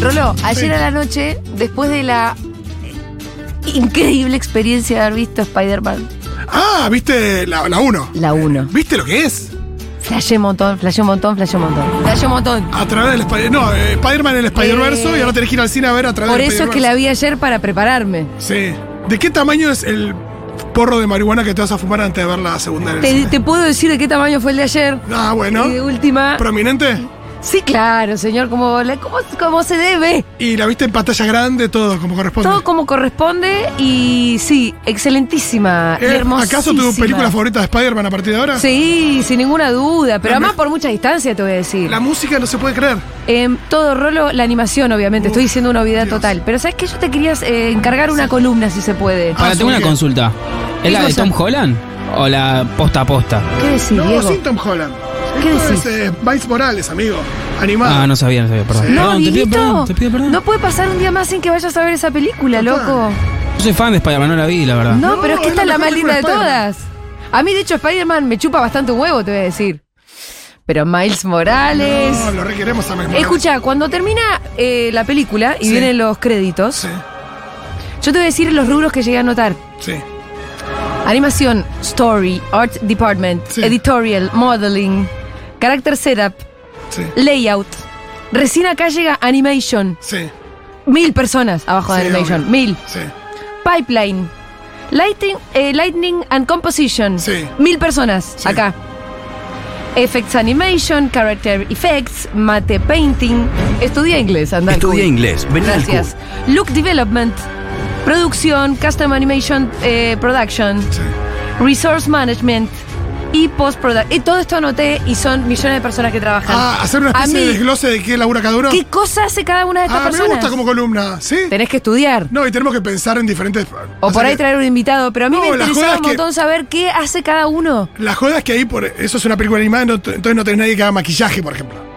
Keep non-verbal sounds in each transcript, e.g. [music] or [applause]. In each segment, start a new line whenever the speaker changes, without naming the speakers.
Rolo, ayer a la noche, después de la increíble experiencia de haber visto Spider-Man,
Ah, viste la 1.
la 1.
¿Viste lo que es?
Flashé un montón, flashé un montón, flashé un montón. Flashé un montón.
A través del Spider. No, eh, Spider-Man en el Spider-Verso
Eh,
y ahora tenés que ir al cine a ver a través
Por
del
eso es que la vi ayer para prepararme.
Spider-Verse. Sí. ¿De qué tamaño es el porro de marihuana que te vas a fumar antes de ver la segunda en el
Te,
cine?
te puedo decir de qué tamaño fue el de ayer.
Ah, bueno.
Y de última.
¿Prominente?
Sí, claro, señor, como, la- como, como se debe.
Y la viste en pantalla grande, todo como corresponde.
Todo como corresponde y sí, excelentísima. y
Eh,
hermosísima.
¿Acaso tu película favorita de Spider-Man a partir de ahora?
Sí, sin ninguna duda, pero
La
además
me-
por mucha distancia te voy a decir.
La música no se puede creer.
Em, todo rolo, la animación, obviamente,
Uf,
estoy diciendo una novedad
Dios.
total. Pero sabes que yo te quería eh, encargar una columna, si se puede.
Ah,
Ahora tengo una
¿qué?
consulta.
¿Qué
¿Es la de
cosa?
Tom Holland? ¿O la posta a posta?
¿Qué decís,
no,
Diego?
sin Tom Holland.
¿Qué
Esto
decís?
es eh, Miles Morales, amigo. Animado.
Ah, no sabía, no sabía, perdón.
Sí.
No,
perdón, te pido
Dieguito,
perdón, te pido perdón.
No puede pasar un día más sin que vayas a ver esa película,
Total.
loco.
Yo soy fan de Spider-Man, no la vi, la verdad.
No,
No,
pero es que
es
esta es
la
la más
mejor
linda de
película de
todas. A mí, de hecho, Spider-Man me chupa bastante un huevo, te voy a decir. Pero Miles Morales.
No, lo requeremos a Miles Morales.
Escucha, cuando termina eh, la película y
Sí.
vienen los créditos,
Sí,
yo te voy a decir los rubros que llegué a notar.
sí.
Animación, story, art department,
Sí.
editorial, modeling, carácter setup,
Sí.
layout. Recién acá llega animation.
Sí.
Mil personas abajo de
Sí,
animation.
obvio.
Mil.
Sí.
Pipeline. Lighting, eh, lightning and composition.
Sí.
Mil personas
Sí.
acá. Effects animation, character effects, mate painting. Estudia inglés, anda. al
Estudia
cuy.
inglés, ven al
Gracias. Look development, producción, custom animation, eh, production,
Sí.
resource management y post production. Y todo esto anoté y son millones de personas que trabajan.
Ah, hacer una
A
especie
mí,
de desglose de qué labura cada uno.
¿Qué cosa hace cada una de estas
Ah, me
personas?
gusta como columna, ¿sí?
Tenés que estudiar.
No, y tenemos que pensar en diferentes.
O
así
por ahí
que
traer un invitado, pero a mí
No,
me
la joda
interesaba
es
un
que-
montón saber qué hace cada uno.
La joda es que ahí, por eso es una película animada, no t- entonces no tenés nadie que haga maquillaje, por ejemplo.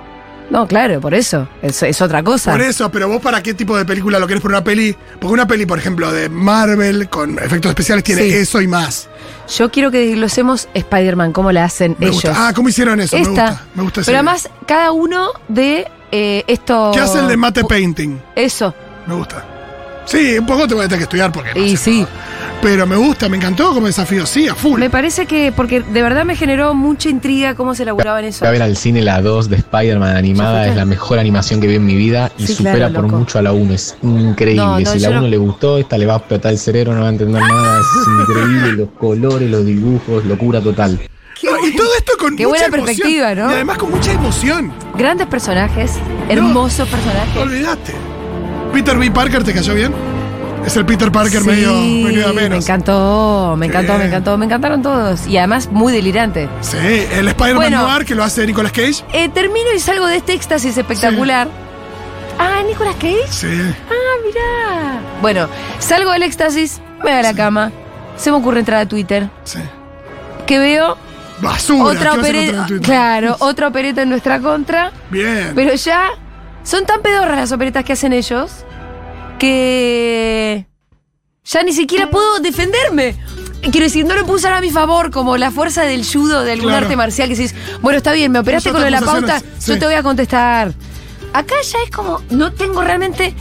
No, claro, por eso. Es, es otra cosa.
Por eso, pero vos para qué tipo de película lo querés por una peli. Porque una peli, por ejemplo, de Marvel con efectos especiales tiene
Sí.
eso y más.
Yo quiero que desglosemos Spider-Man, cómo la hacen
Me
ellos.
gusta. Ah, ¿cómo hicieron eso? Me
Esta.
gusta. Me gusta esa
Pero
idea.
además, cada uno de eh, estos.
¿Qué hace el de Mate Painting?
Eso.
Me gusta. Sí, un poco te voy a tener que estudiar porque. no
Y
sé,
sí.
¿no? Pero me gusta, me encantó como desafío. Sí, a full.
Me parece que, porque de verdad me generó mucha intriga cómo se laburaban eso.
Fui a ver al cine la 2 de Spider-Man animada,
fuiste?
es la mejor animación que vi en mi vida y
Sí,
supera
claro,
por
loco.
mucho a la 1, es increíble.
No, no,
si la
yo
1
no-
le gustó, esta le va a explotar el cerebro, no va a entender nada, es increíble, los colores, los dibujos, locura total.
No, Ah, y todo esto con
qué
mucha
buena
emoción.
perspectiva, ¿no?
Y además con mucha emoción.
Grandes personajes, hermosos personajes.
Olvidaste. Peter B. Parker, ¿te cayó bien? Es el Peter Parker
Sí,
medio, medio a menos.
Me encantó, me
Qué
encantó, me
bien.
encantó, me encantaron todos. Y además muy delirante.
Sí, el Spider-Man
Bueno.
Noir que lo hace Nicolas Cage.
Eh, termino y salgo de este éxtasis espectacular. Ah, Nicolas Cage.
Sí.
Ah, mirá. Bueno, salgo del éxtasis, me voy a la cama. Se me ocurre entrar a Twitter.
Sí.
Que veo
Basura. ¿qué
otra
vas a encontrar
opereta.
en Twitter? [laughs]
Claro, otra opereta en nuestra contra.
Bien.
Pero ya son tan pedorras las operetas que hacen ellos que ya ni
Mm.
siquiera puedo defenderme. Quiero decir, no lo puedo usar a mi favor como la fuerza del judo, de algún
Claro.
arte marcial que dices, bueno, está bien, me operaste
Son
con lo de la pauta,
acusaciones,
yo
sí.
te voy a contestar. Acá ya es como, no tengo realmente...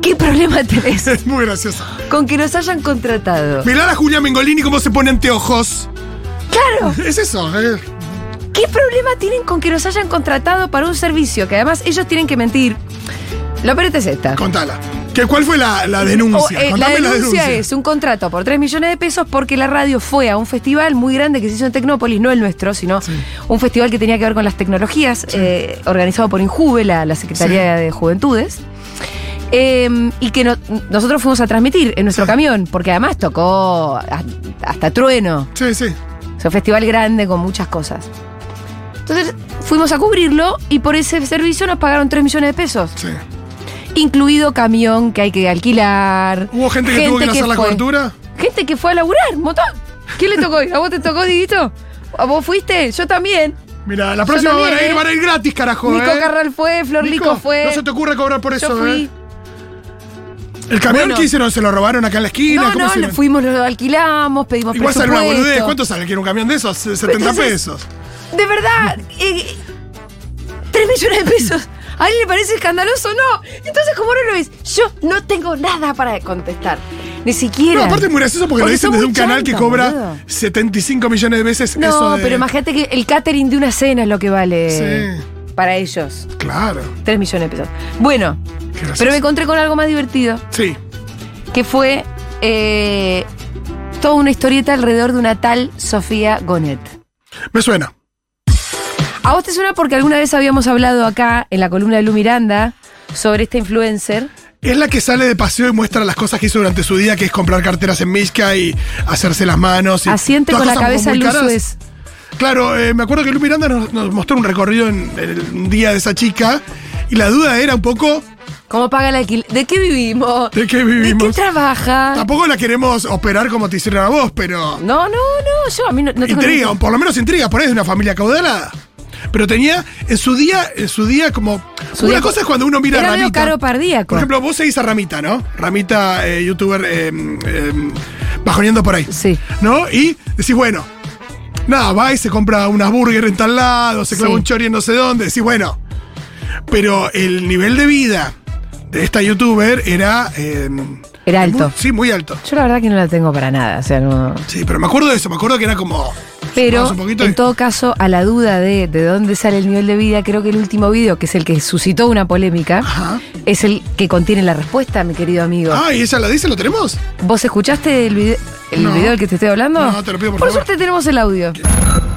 ¿Qué problema [laughs] tenés
[laughs] Es muy gracioso.
con que nos hayan contratado?
Mirá a Julia Mengolini cómo se pone anteojos.
Claro,
Es eso. eh.
¿qué problema tienen con que nos hayan contratado para un servicio que además ellos tienen que mentir? La opereta es esta.
Contala. ¿Qué, ¿Cuál fue la, la denuncia?
O, eh, la
Contame
denuncia es un contrato por 3 millones de pesos porque la radio fue a un festival muy grande que se hizo en Tecnópolis, no el nuestro, sino un festival que tenía que ver con las tecnologías, eh, organizado por Injuve, la, la Secretaría de Juventudes. Eh, y que no- nosotros fuimos a transmitir en nuestro
Sí.
camión, porque además tocó a- hasta trueno.
Sí, sí.
O sea, un festival grande con muchas cosas. Entonces fuimos a cubrirlo y por ese servicio nos pagaron 3 millones de pesos
sí.
incluido camión que hay que alquilar.
¿Hubo gente que tuvo que ir a hacer la
fue-
cobertura?
Gente que fue a laburar, un montón. ¿Quién le tocó? ¿A vos te tocó, Diguito? ¿A vos fuiste? Yo también.
Mira, la
Yo
próxima
también,
van a ir,
eh.
van a ir gratis, carajo.
Nico
eh.
Carral fue, Flor
Nico,
Lico fue.
No se te ocurre cobrar por eso,
yo fui.
¿eh? ¿El camión
Bueno.
que hicieron se lo robaron acá en la esquina?
No,
¿Cómo
no,
hicieron?
lo fuimos, lo alquilamos, pedimos
Igual sale una
presupuesto.
boludez. ¿Cuánto sale que un camión de esos? 70
Entonces-
pesos.
De verdad, eh, 3 millones de pesos. ¿A él le parece escandaloso? No. Entonces, como no lo ves, yo no tengo nada para contestar. Ni siquiera.
No, aparte es muy gracioso porque, lo
Porque
dicen
son
desde
muy
un canal que
chantas,
cobra
boludo.
75 millones de veces
No,
eso de-
pero imagínate que el catering de una cena es lo que vale
Sí.
para ellos.
Claro.
3 millones de pesos. Bueno,
qué gracioso.
pero me encontré con algo más divertido,
Sí.
que fue eh, toda una historieta alrededor de una tal Sofía Gonet.
Me suena.
A vos te suena porque alguna vez habíamos hablado acá en la columna de Lu Miranda sobre esta influencer.
Es la que sale de paseo y muestra las cosas que hizo durante su día, que es comprar carteras en Mishka y hacerse las manos. Y
Asiente
todas
con la
cosas
cabeza
muy
el uso
caras.
es.
Claro, eh, me acuerdo que Lu Miranda nos, nos mostró un recorrido en, en el un día de esa chica y la duda era un poco
¿Cómo paga el alquiler? ¿De qué vivimos?
de qué vivimos.
¿De qué trabaja?
Tampoco la queremos operar como te hicieron a vos, pero
No, no, no, yo a mí no, no tengo
intriga,
ningún-
por lo menos intriga, por ahí es de una familia caudalada. Pero tenía en su día, en su día como...
Su
una
día-
cosa es cuando uno mira
Era
a
medio
Ramita.
caro pardíaco.
Por ejemplo, vos seguís a Ramita, ¿no? Ramita, eh, youtuber, eh, eh, bajoneando por ahí.
Sí.
¿No? Y decís, bueno, nada, va y se compra unas burger en tal lado, se clava
Sí.
un chori en no sé dónde. Decís, bueno. Pero el nivel de vida de esta youtuber era. eh,
Era alto.
muy- sí, muy alto.
Yo la verdad que no la tengo para nada, o sea, no.
Sí, pero me acuerdo de eso, me acuerdo que era como.
Pero
vamos un poquito
en
y-
todo caso, a la duda de de dónde sale el nivel de vida, creo que el último vídeo, que es el que suscitó una polémica,
Ajá.
es el que contiene la respuesta, mi querido amigo.
Ah, y ella la dice, ¿lo tenemos?
¿Vos escuchaste el video, el
No.
video del que te estoy hablando?
No, te lo pido, por favor.
suerte tenemos el audio.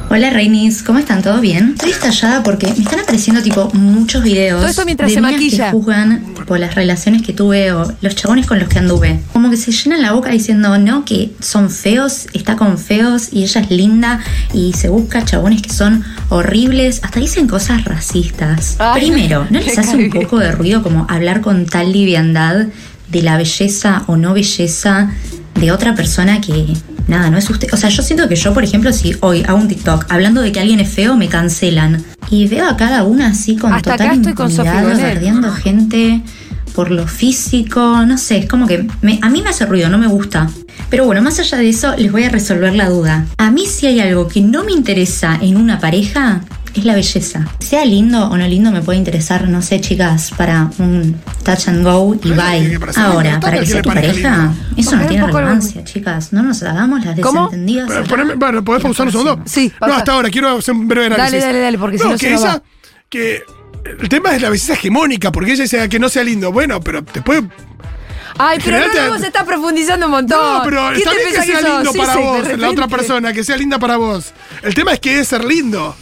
Hola Reinis, ¿cómo están? ¿Todo bien? Estoy estallada porque me están apareciendo tipo muchos videos
Todo esto mientras
de
se
minas
maquilla.
que juzgan tipo las relaciones que tuve o los chabones con los que anduve. Como que se llenan la boca diciendo no, que son feos, está con feos y ella es linda y se busca chabones que son horribles, hasta dicen cosas racistas.
Ay,
Primero,
[laughs]
¿no les
me
hace
cae
un
bien.
poco de ruido como hablar con tal liviandad de la belleza o no belleza de otra persona que nada, no es usted. O sea, yo siento que yo, por ejemplo, si hoy hago un TikTok hablando de que alguien es feo, me cancelan. Y veo a cada una así con
Hasta
total
acá estoy con
impunidad,
Sofía Bonet.
bardeando gente por lo físico, no sé, es como que me- a mí me hace ruido, no me gusta. Pero bueno, más allá de eso, les voy a resolver la duda. A mí si hay algo que no me interesa en una pareja, es la belleza. Sea lindo o no lindo me puede interesar, no sé, chicas, para un touch and go y
Pero eso tiene
bye.
que parecer lindo,
Ahora,
tal
para que
vez
sea tu
que le parezca
pareja,
lindo.
eso
Bajá un
no tiene
poco el
relevancia, chicas. No nos hagamos las
¿Cómo?
desentendidas.
Pero
acá.
poneme- bueno, ¿podés
Quiero
pausar un segundo?
pasar.
Sí,
No,
pausa.
hasta ahora, quiero hacer un breve
Dale,
análisis.
dale, dale, porque si no, se
que
nos
ella,
va.
que el tema es la belleza hegemónica, porque ella dice "Ah, que no sea lindo. Bueno, pero después.
Ay, pero
Generate-
no, vos estás profundizando un montón.
No, pero
¿Quién
está
te
bien que
pensás
sea
sos?
lindo
Sí,
para
sí, de
vos, la otra
repente.
persona, que sea linda para vos. El tema es que es ser lindo.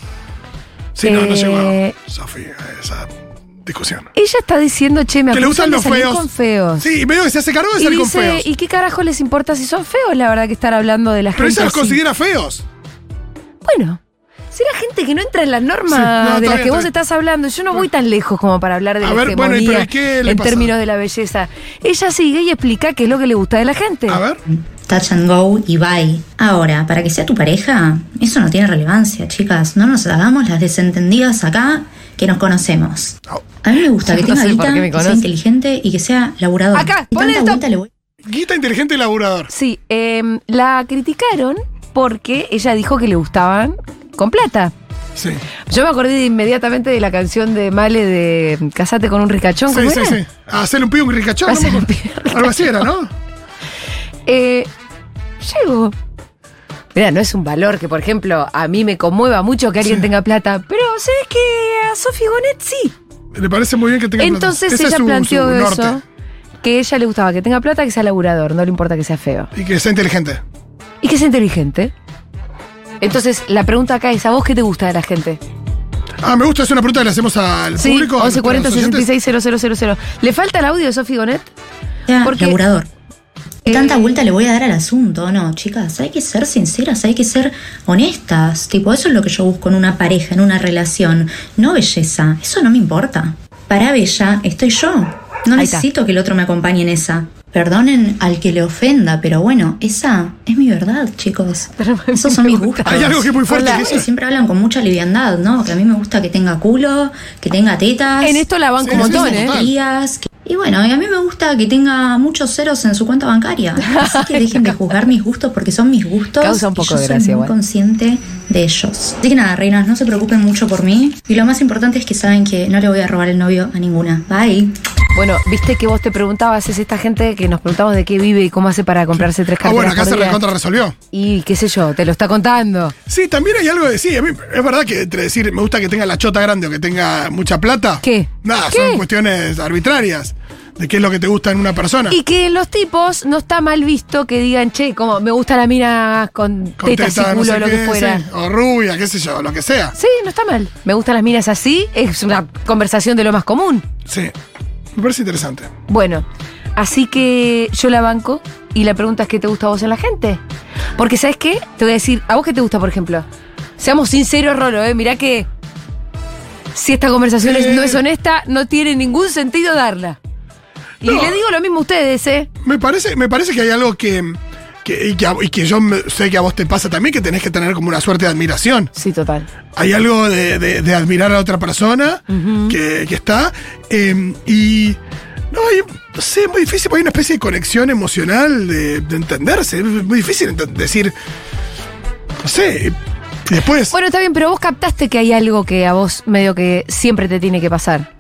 Sí, no,
Eh,
no llegó. Sofía, a esa discusión.
Ella está diciendo, che, me
Que le
acusan
gustan
de
los
salir
feos.
con feos.
Sí, y medio que se hace cargo de
Y
salir con
dice,
feos.
¿y qué carajo les importa si son feos? La verdad que estar hablando de la
Pero
gente
ella los
así.
considera feos.
Bueno, será gente que no entra en las normas
Sí, no,
de las
está bien,
que
está
vos
bien.
estás hablando. Yo no voy tan lejos como para hablar de
A
la
ver, bueno, ¿y pero
hegemonía
y qué le
en
pasa?
términos de la belleza. Ella sigue y explica qué es lo que le gusta de la gente.
A ver.
touch and go y bye. Ahora, para que sea tu pareja, eso no tiene relevancia, chicas. No nos hagamos las desentendidas acá que nos conocemos.
No.
A mí
[laughs]
me gusta que
No
tenga
sé por
guita,
qué me
que sea
conoce.
inteligente y que sea laburador.
Acá,
Y
ponle
tanta
stop.
guita le voy-
Guita inteligente y laburador.
Sí, eh, la criticaron porque ella dijo que le gustaban con plata.
Sí.
Yo me acordé de inmediatamente de la canción de Male de mm, Casate con un ricachón.
Sí,
¿cómo
sí,
era?
sí. A hacer un pibe un ricachón.
Hacer
¿no?
un pibe un
Algo así era, ¿no?
Eh, llego. Mira, no es un valor que, por ejemplo, a mí me conmueva mucho que alguien tenga plata, pero sabes que a Sofi Gonet sí.
Le parece muy bien que tenga plata.
Entonces
Ese es
ella
su-
planteó
su norte.
eso, que a ella le gustaba que tenga plata, que sea laburador, no le importa que sea feo.
Y que sea inteligente.
Y que sea inteligente. Entonces, la pregunta acá es, ¿a vos qué te gusta de la gente?
Ah, me gusta, es una pregunta que le hacemos al
Sí,
público. a nuestros
1140
oyentes.
66 000. ¿Le falta el audio de Sofi Gonet?
sea
Porque-
laburador.
Eh,
Tanta vuelta le voy a dar al asunto, no, chicas, hay que ser sinceras, hay que ser honestas, tipo, eso es lo que yo busco en una pareja, en una relación, no belleza, eso no me importa. Para bella estoy yo, no
Ahí está.
necesito que el otro me acompañe en esa. Perdonen al que le ofenda, pero bueno, esa es mi verdad,
[laughs]
chicos. Esos son mis gustos.
Hay algo que es muy fuerte
Hola.
que
Ustedes
es-
siempre hablan con mucha liviandad, ¿no? Que a mí me gusta que tenga culo, que tenga tetas.
En esto la banco
Sí,
un
sí,
montón,
sí,
¿eh?
total.
Días, que- Y bueno, y a mí me gusta que tenga muchos ceros en su cuenta bancaria. Así que dejen de juzgar mis gustos porque son mis gustos.
Causa un
y
poco
yo
de
soy
gracia,
muy
igual.
consciente de ellos. Así que nada, reinas, no se preocupen mucho por mí. Y lo más importante es que saben que no le voy a robar el novio a ninguna. Bye.
Bueno, viste que vos te preguntabas, es esta gente que nos preguntamos de qué vive y cómo hace para comprarse tres
Ah, bueno,
carteras
acá
por
se
día.
recontra resolvió.
Y qué sé yo, te lo está contando.
Sí, también hay algo de sí. A mí es verdad que entre decir me gusta que tenga la chota grande o que tenga mucha plata.
¿Qué?
Nada,
¿Qué?
son cuestiones arbitrarias de qué es lo que te gusta en una persona.
Y que los tipos no está mal visto que digan, che, como me gustan las minas con,
Con
tetas
teta,
y
no
culo,
sé
lo
qué,
que fuera.
sí, O rubia, qué sé yo, lo que sea.
Sí, no está mal. Me gustan las minas así, es una conversación de lo más común.
Sí. Me parece interesante.
Bueno, así que yo la banco y la pregunta es qué te gusta a vos en la gente. Porque ¿sabes qué? Te voy a decir, ¿a vos qué te gusta, por ejemplo? Seamos sinceros, Rolo, ¿eh? mirá que si esta conversación es- no es honesta, no tiene ningún sentido darla. Y
No.
le digo lo mismo a ustedes, ¿eh?
Me parece, me parece que hay algo que. que- y, que a- y que yo me- sé que a vos te pasa también, que tenés que tener como una suerte de admiración.
Sí, total.
Hay algo de, de- de admirar a la otra persona que, que está. eh, y. No, hay, no sé, es muy difícil, porque hay una especie de conexión emocional de, de entenderse. Es muy difícil ent- decir. No sé. y Después.
Bueno, está bien, pero vos captaste que hay algo que a vos medio que siempre te tiene que pasar.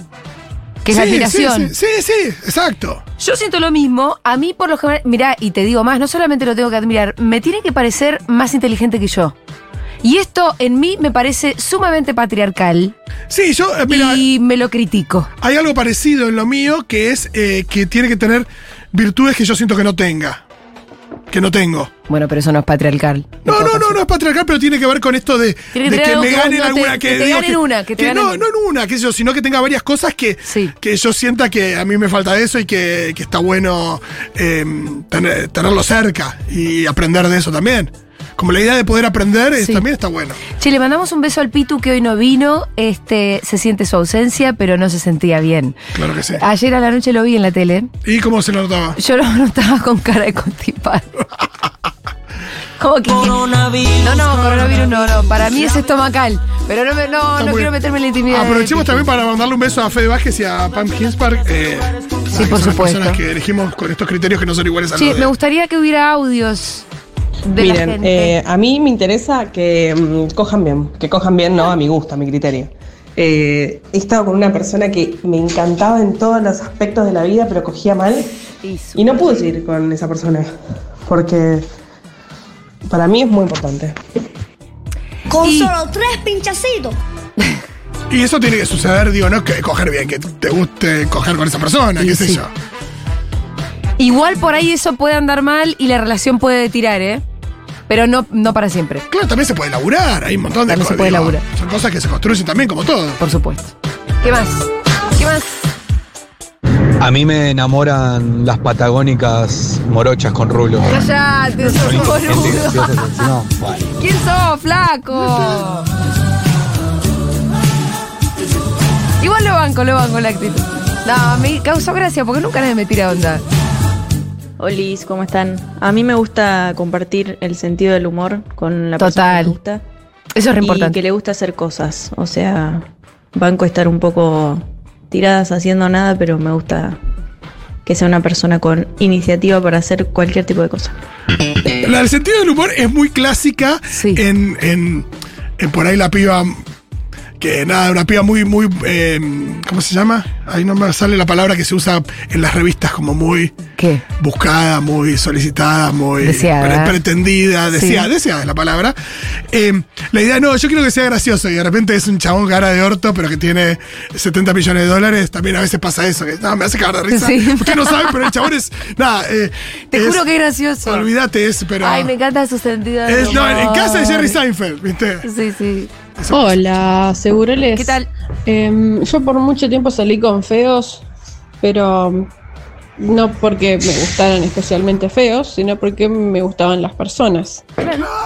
Que es la
Sí, sí,
admiración.
Sí, sí, sí, exacto.
Yo siento lo mismo. A mí, por lo general, mirá, y te digo más, no solamente lo tengo que admirar, me tiene que parecer más inteligente que yo. Y esto en mí me parece sumamente patriarcal
Sí, yo. eh, Mira,
y me lo critico.
Hay algo parecido en lo mío que es eh, que tiene que tener virtudes que yo siento que no tenga. Que no tengo.
Bueno, pero eso no es patriarcal.
No, no, no, no es patriarcal, pero tiene que ver con esto de,
Tiene que
de
tener
que
algo
me
que
ganen
vos no
alguna.
te-
que,
que te
digo
ganen una, que te
no,
ganen-
no en una, que yo, sino que tenga varias cosas que,
Sí.
que yo sienta que a mí me falta eso y que, que está bueno eh, tener- tenerlo cerca y aprender de eso también. Como la idea de poder aprender es-
Sí.
también está bueno.
Che, le mandamos un beso al Pitu que hoy no vino. Este se siente su ausencia, pero no se sentía bien.
Claro que sí.
Ayer a la noche lo vi en la tele.
¿Y cómo se lo notaba?
Yo lo notaba con cara de constipado. Como que.
Coronavirus.
No, no, coronavirus no, no. Para mí es estomacal. Pero no, me- Ah, no,
Está
no
muy
quiero
bien.
meterme en la intimidad. de
Aprovechemos
Pitu.
también para mandarle un beso a Fede Vázquez y a Pam Hinspark. Eh,
Sí,
que
por
son las
supuesto.
personas que elegimos con estos criterios que no son iguales a
Sí,
los de-
me gustaría que hubiera audios de la
Miren,
gente.
eh, a mí me interesa que mm, cojan bien, que cojan bien, ¿no? A mi gusto, a mi criterio. Eh, he estado con una persona que me encantaba en todos los aspectos de la vida, pero cogía mal.
Y
Y no pude seguir con esa persona, porque para mí es muy importante.
Con
Y-
solo tres pinchacitos.
Y eso tiene que suceder, digo, no que coger bien, que te guste coger con esa persona,
Y
qué sé
sí.
yo.
Igual por ahí eso puede andar mal y la relación puede tirar, ¿eh? Pero no, no para siempre,
Claro, también se puede laburar, hay un montón de
También se
cosas,
puede
digo,
laburar.
Son cosas que se construyen también, como todo.
por supuesto. ¿Qué más? ¿Qué más?
A mí me enamoran las patagónicas morochas con rulo.
Callate, sos un
Gente
boludo.
graciosa, no, bueno.
¿Quién sos, flaco? Igual lo banco, lo banco la actitud. No, me causó gracia porque nunca nadie me tira onda.
Olis, ¿cómo están? A mí me gusta compartir el sentido del humor con la persona que
Total.
me gusta.
Eso es re
Y
importante.
que le gusta hacer cosas. O sea, banco estar un poco tiradas haciendo nada, pero me gusta que sea una persona con iniciativa para hacer cualquier tipo de cosa.
La del sentido del humor es muy clásica
Sí.
en, en- en por ahí la piba. Que nada, una piba muy, muy. eh, ¿Cómo se llama? Ahí no me sale la palabra que se usa en las revistas como muy.
¿Qué?
buscada, muy solicitada, muy
Deseada.
pre- pretendida,
Sí.
deseada, deseada es la palabra. Eh, la idea, no, yo quiero que sea gracioso y de repente es un chabón cara de orto, pero que tiene 70 millones de dólares, también a veces pasa eso, que no, me hace cagar de risa.
Sí.
[laughs] Usted no sabe, pero el chabón es, nada, eh,
Te
es-
juro que es gracioso.
Olvídate es, pero...
Ay, me encanta su sentido. del
es- no, en, en
humor.
casa de Jerry Seinfeld, ¿viste?
Sí, sí.
[laughs]
Hola, Seguroles.
¿Qué tal?
Em, yo por mucho tiempo salí con feos, pero no porque me gustaran especialmente feos, sino porque me gustaban las personas.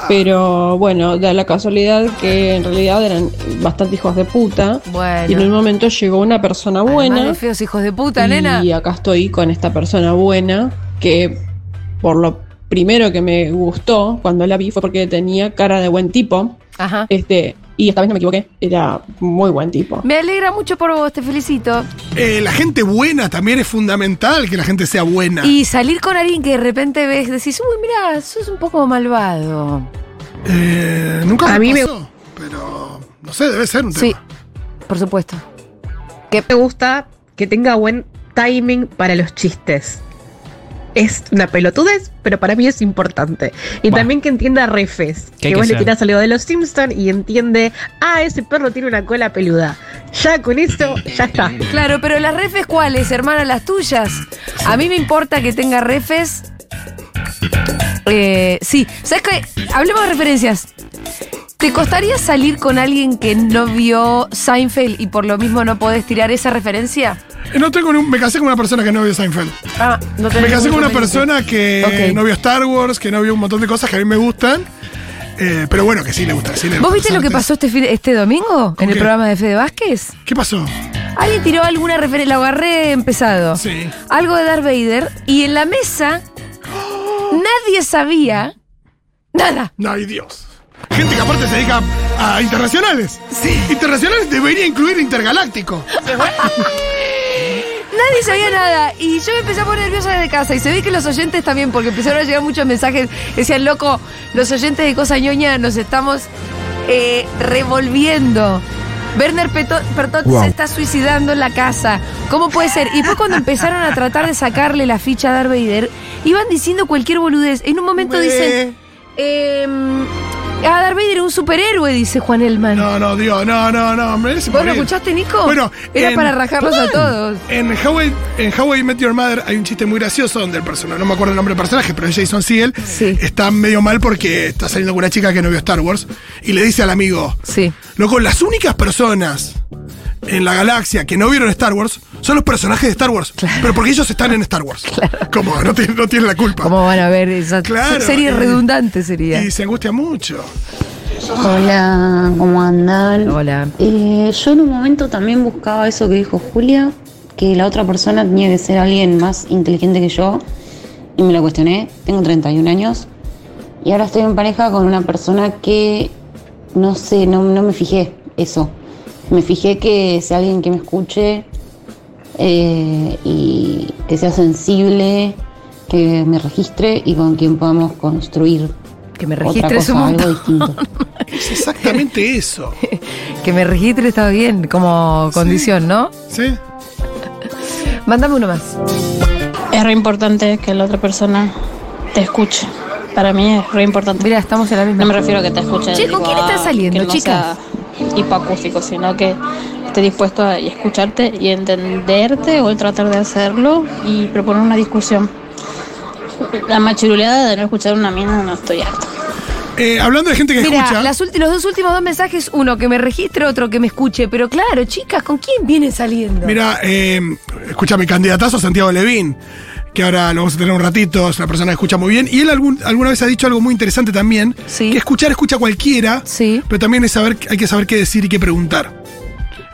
Pero bueno, da la casualidad que en realidad eran bastante hijos de puta. Y en un
Bueno.
momento llegó una persona
Además
buena.
de feos hijos de puta, nena.
Y acá estoy con esta persona buena que por lo primero que me gustó cuando la vi fue porque tenía cara de buen tipo. Este, y esta vez no me equivoqué, era muy buen tipo.
Me alegra mucho por vos, te felicito.
Eh, la gente buena también es fundamental que la gente sea buena.
Y salir con alguien que de repente ves, decís, uy, mirá, sos un poco malvado.
Eh, nunca
A
me
mí me-
pasó, pero no sé, debe ser un tema.
Sí, por supuesto.
que me gusta que tenga buen timing para los chistes. Es una pelotudez, pero para mí es importante. Y también que entienda refes.
¿Qué
Que,
hay que
vos
hacer?
le tirás algo de los Simpsons y entiende, ah, ese perro tiene una cola peluda. Ya con eso, ya está.
Claro, pero las refes cuáles, hermana, las tuyas. A mí me importa que tenga refes. Eh, sí, ¿sabes qué? Hablemos de referencias. ¿Te costaría salir con alguien que no vio Seinfeld y por lo mismo no podés tirar esa referencia?
Eh, No tengo ni un- me casé con una persona que no vio Seinfeld.
Ah, no tenés
me casé
mucho
con una
mérito.
persona que
Ok.
no vio Star Wars, que no vio un montón de cosas que a mí me gustan. eh, pero bueno, que sí le gustan. Sí le
¿Vos
gustan
viste lo que
las
pasó este, fin- este domingo en el
qué?
programa de Fede Vázquez?
¿Qué pasó?
Alguien tiró alguna referencia, lo agarré empezado.
Sí.
Algo de Darth Vader y en la
[gasps]
mesa nadie sabía nada.
No, ay Dios. Gente que aparte se dedica a internacionales. Sí. Internacionales debería incluir intergaláctico.
Nadie sabía nada y yo me empecé a poner nerviosa desde casa y se ve que los oyentes también, porque empezaron a llegar muchos mensajes, decían, loco, los oyentes de Cosa Ñoña nos estamos eh, revolviendo. Werner Peto- Pertot
Guau.
se está suicidando en la casa. ¿Cómo puede ser? Y fue cuando empezaron a tratar de sacarle la ficha a Darth Vader, iban diciendo cualquier boludez. En un momento
Me-
dicen, em, a Darth Vader es un superhéroe, dice Juan Elman.
No, no, Dios, no, no, no. merece
¿Vos lo
morir.
escuchaste, Nico?
Bueno, em,
Era
en-
para rajarlos a
Man.
todos.
En How, I, en How I Met Your Mother hay un chiste muy gracioso donde el personaje, no me acuerdo el nombre del personaje, pero es Jason Segel, está medio mal porque está saliendo con una chica que no vio Star Wars y le dice al amigo,
sí.
loco, las únicas personas en la galaxia que no vieron Star Wars son los personajes de Star Wars, pero porque ellos están en Star
[laughs]
Wars. Como no tienen, no tienen la culpa.
¿Cómo van a ver esa
Claro,
serie
y-
redundante sería?
Y se angustia mucho.
Hola, ¿cómo andan?
Hola.
yo en un momento también buscaba eso que dijo Julia, que la otra persona tenía que ser alguien más inteligente que yo, y me lo cuestioné. Tengo 31 años, y ahora estoy en pareja con una persona que, no sé, no, no me fijé eso. Me fijé que sea alguien que me escuche eh, y que sea sensible, que me registre y con quien podamos construir.
Que me
otra
registre es un
cosa, algo
montón.
distinto.
Es exactamente eso.
[laughs] Que me registre está bien como condición, ¿no?
Sí.
Mándame uno más.
Es re importante que la otra persona te escuche. Para mí es re importante.
Mira, estamos en la misma.
No me refiero a que te escuche.
Che, ¿con
digo,
quién estás
ah,
saliendo,
que no
chicas?
sea hipoacústico, sino que esté dispuesto a escucharte y entenderte o el tratar de hacerlo y proponer una discusión. La machiruleada de no escuchar una mina no estoy harta.
Eh, hablando de gente que
Mira,
escucha,
las ulti- los dos últimos dos mensajes, uno que me registre, otro que me escuche. Pero claro, chicas, ¿con quién vienen saliendo?
Mira, eh, escucha mi candidatazo Santiago Levín, que ahora lo vamos a tener un ratito, es una persona que escucha muy bien. Y él algún- alguna vez ha dicho algo muy interesante también, que escuchar escucha cualquiera, pero también es saber, hay que saber qué decir y qué preguntar.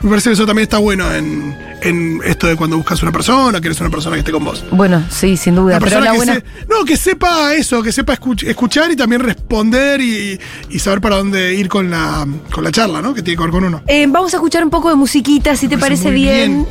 Me parece que eso también está bueno en, en esto de cuando buscas una persona, que eres una persona que esté con vos.
Bueno, sí, sin duda.
Una
Pero
persona
la
que
buena.
se- no, que sepa eso, que sepa escuch- escuchar y también responder y, y saber para dónde ir con la, con la charla, ¿no? Que tiene que ver con uno.
Eh, vamos a escuchar un poco de musiquita, si te
Me parece
parece
Pues muy bien.
bien.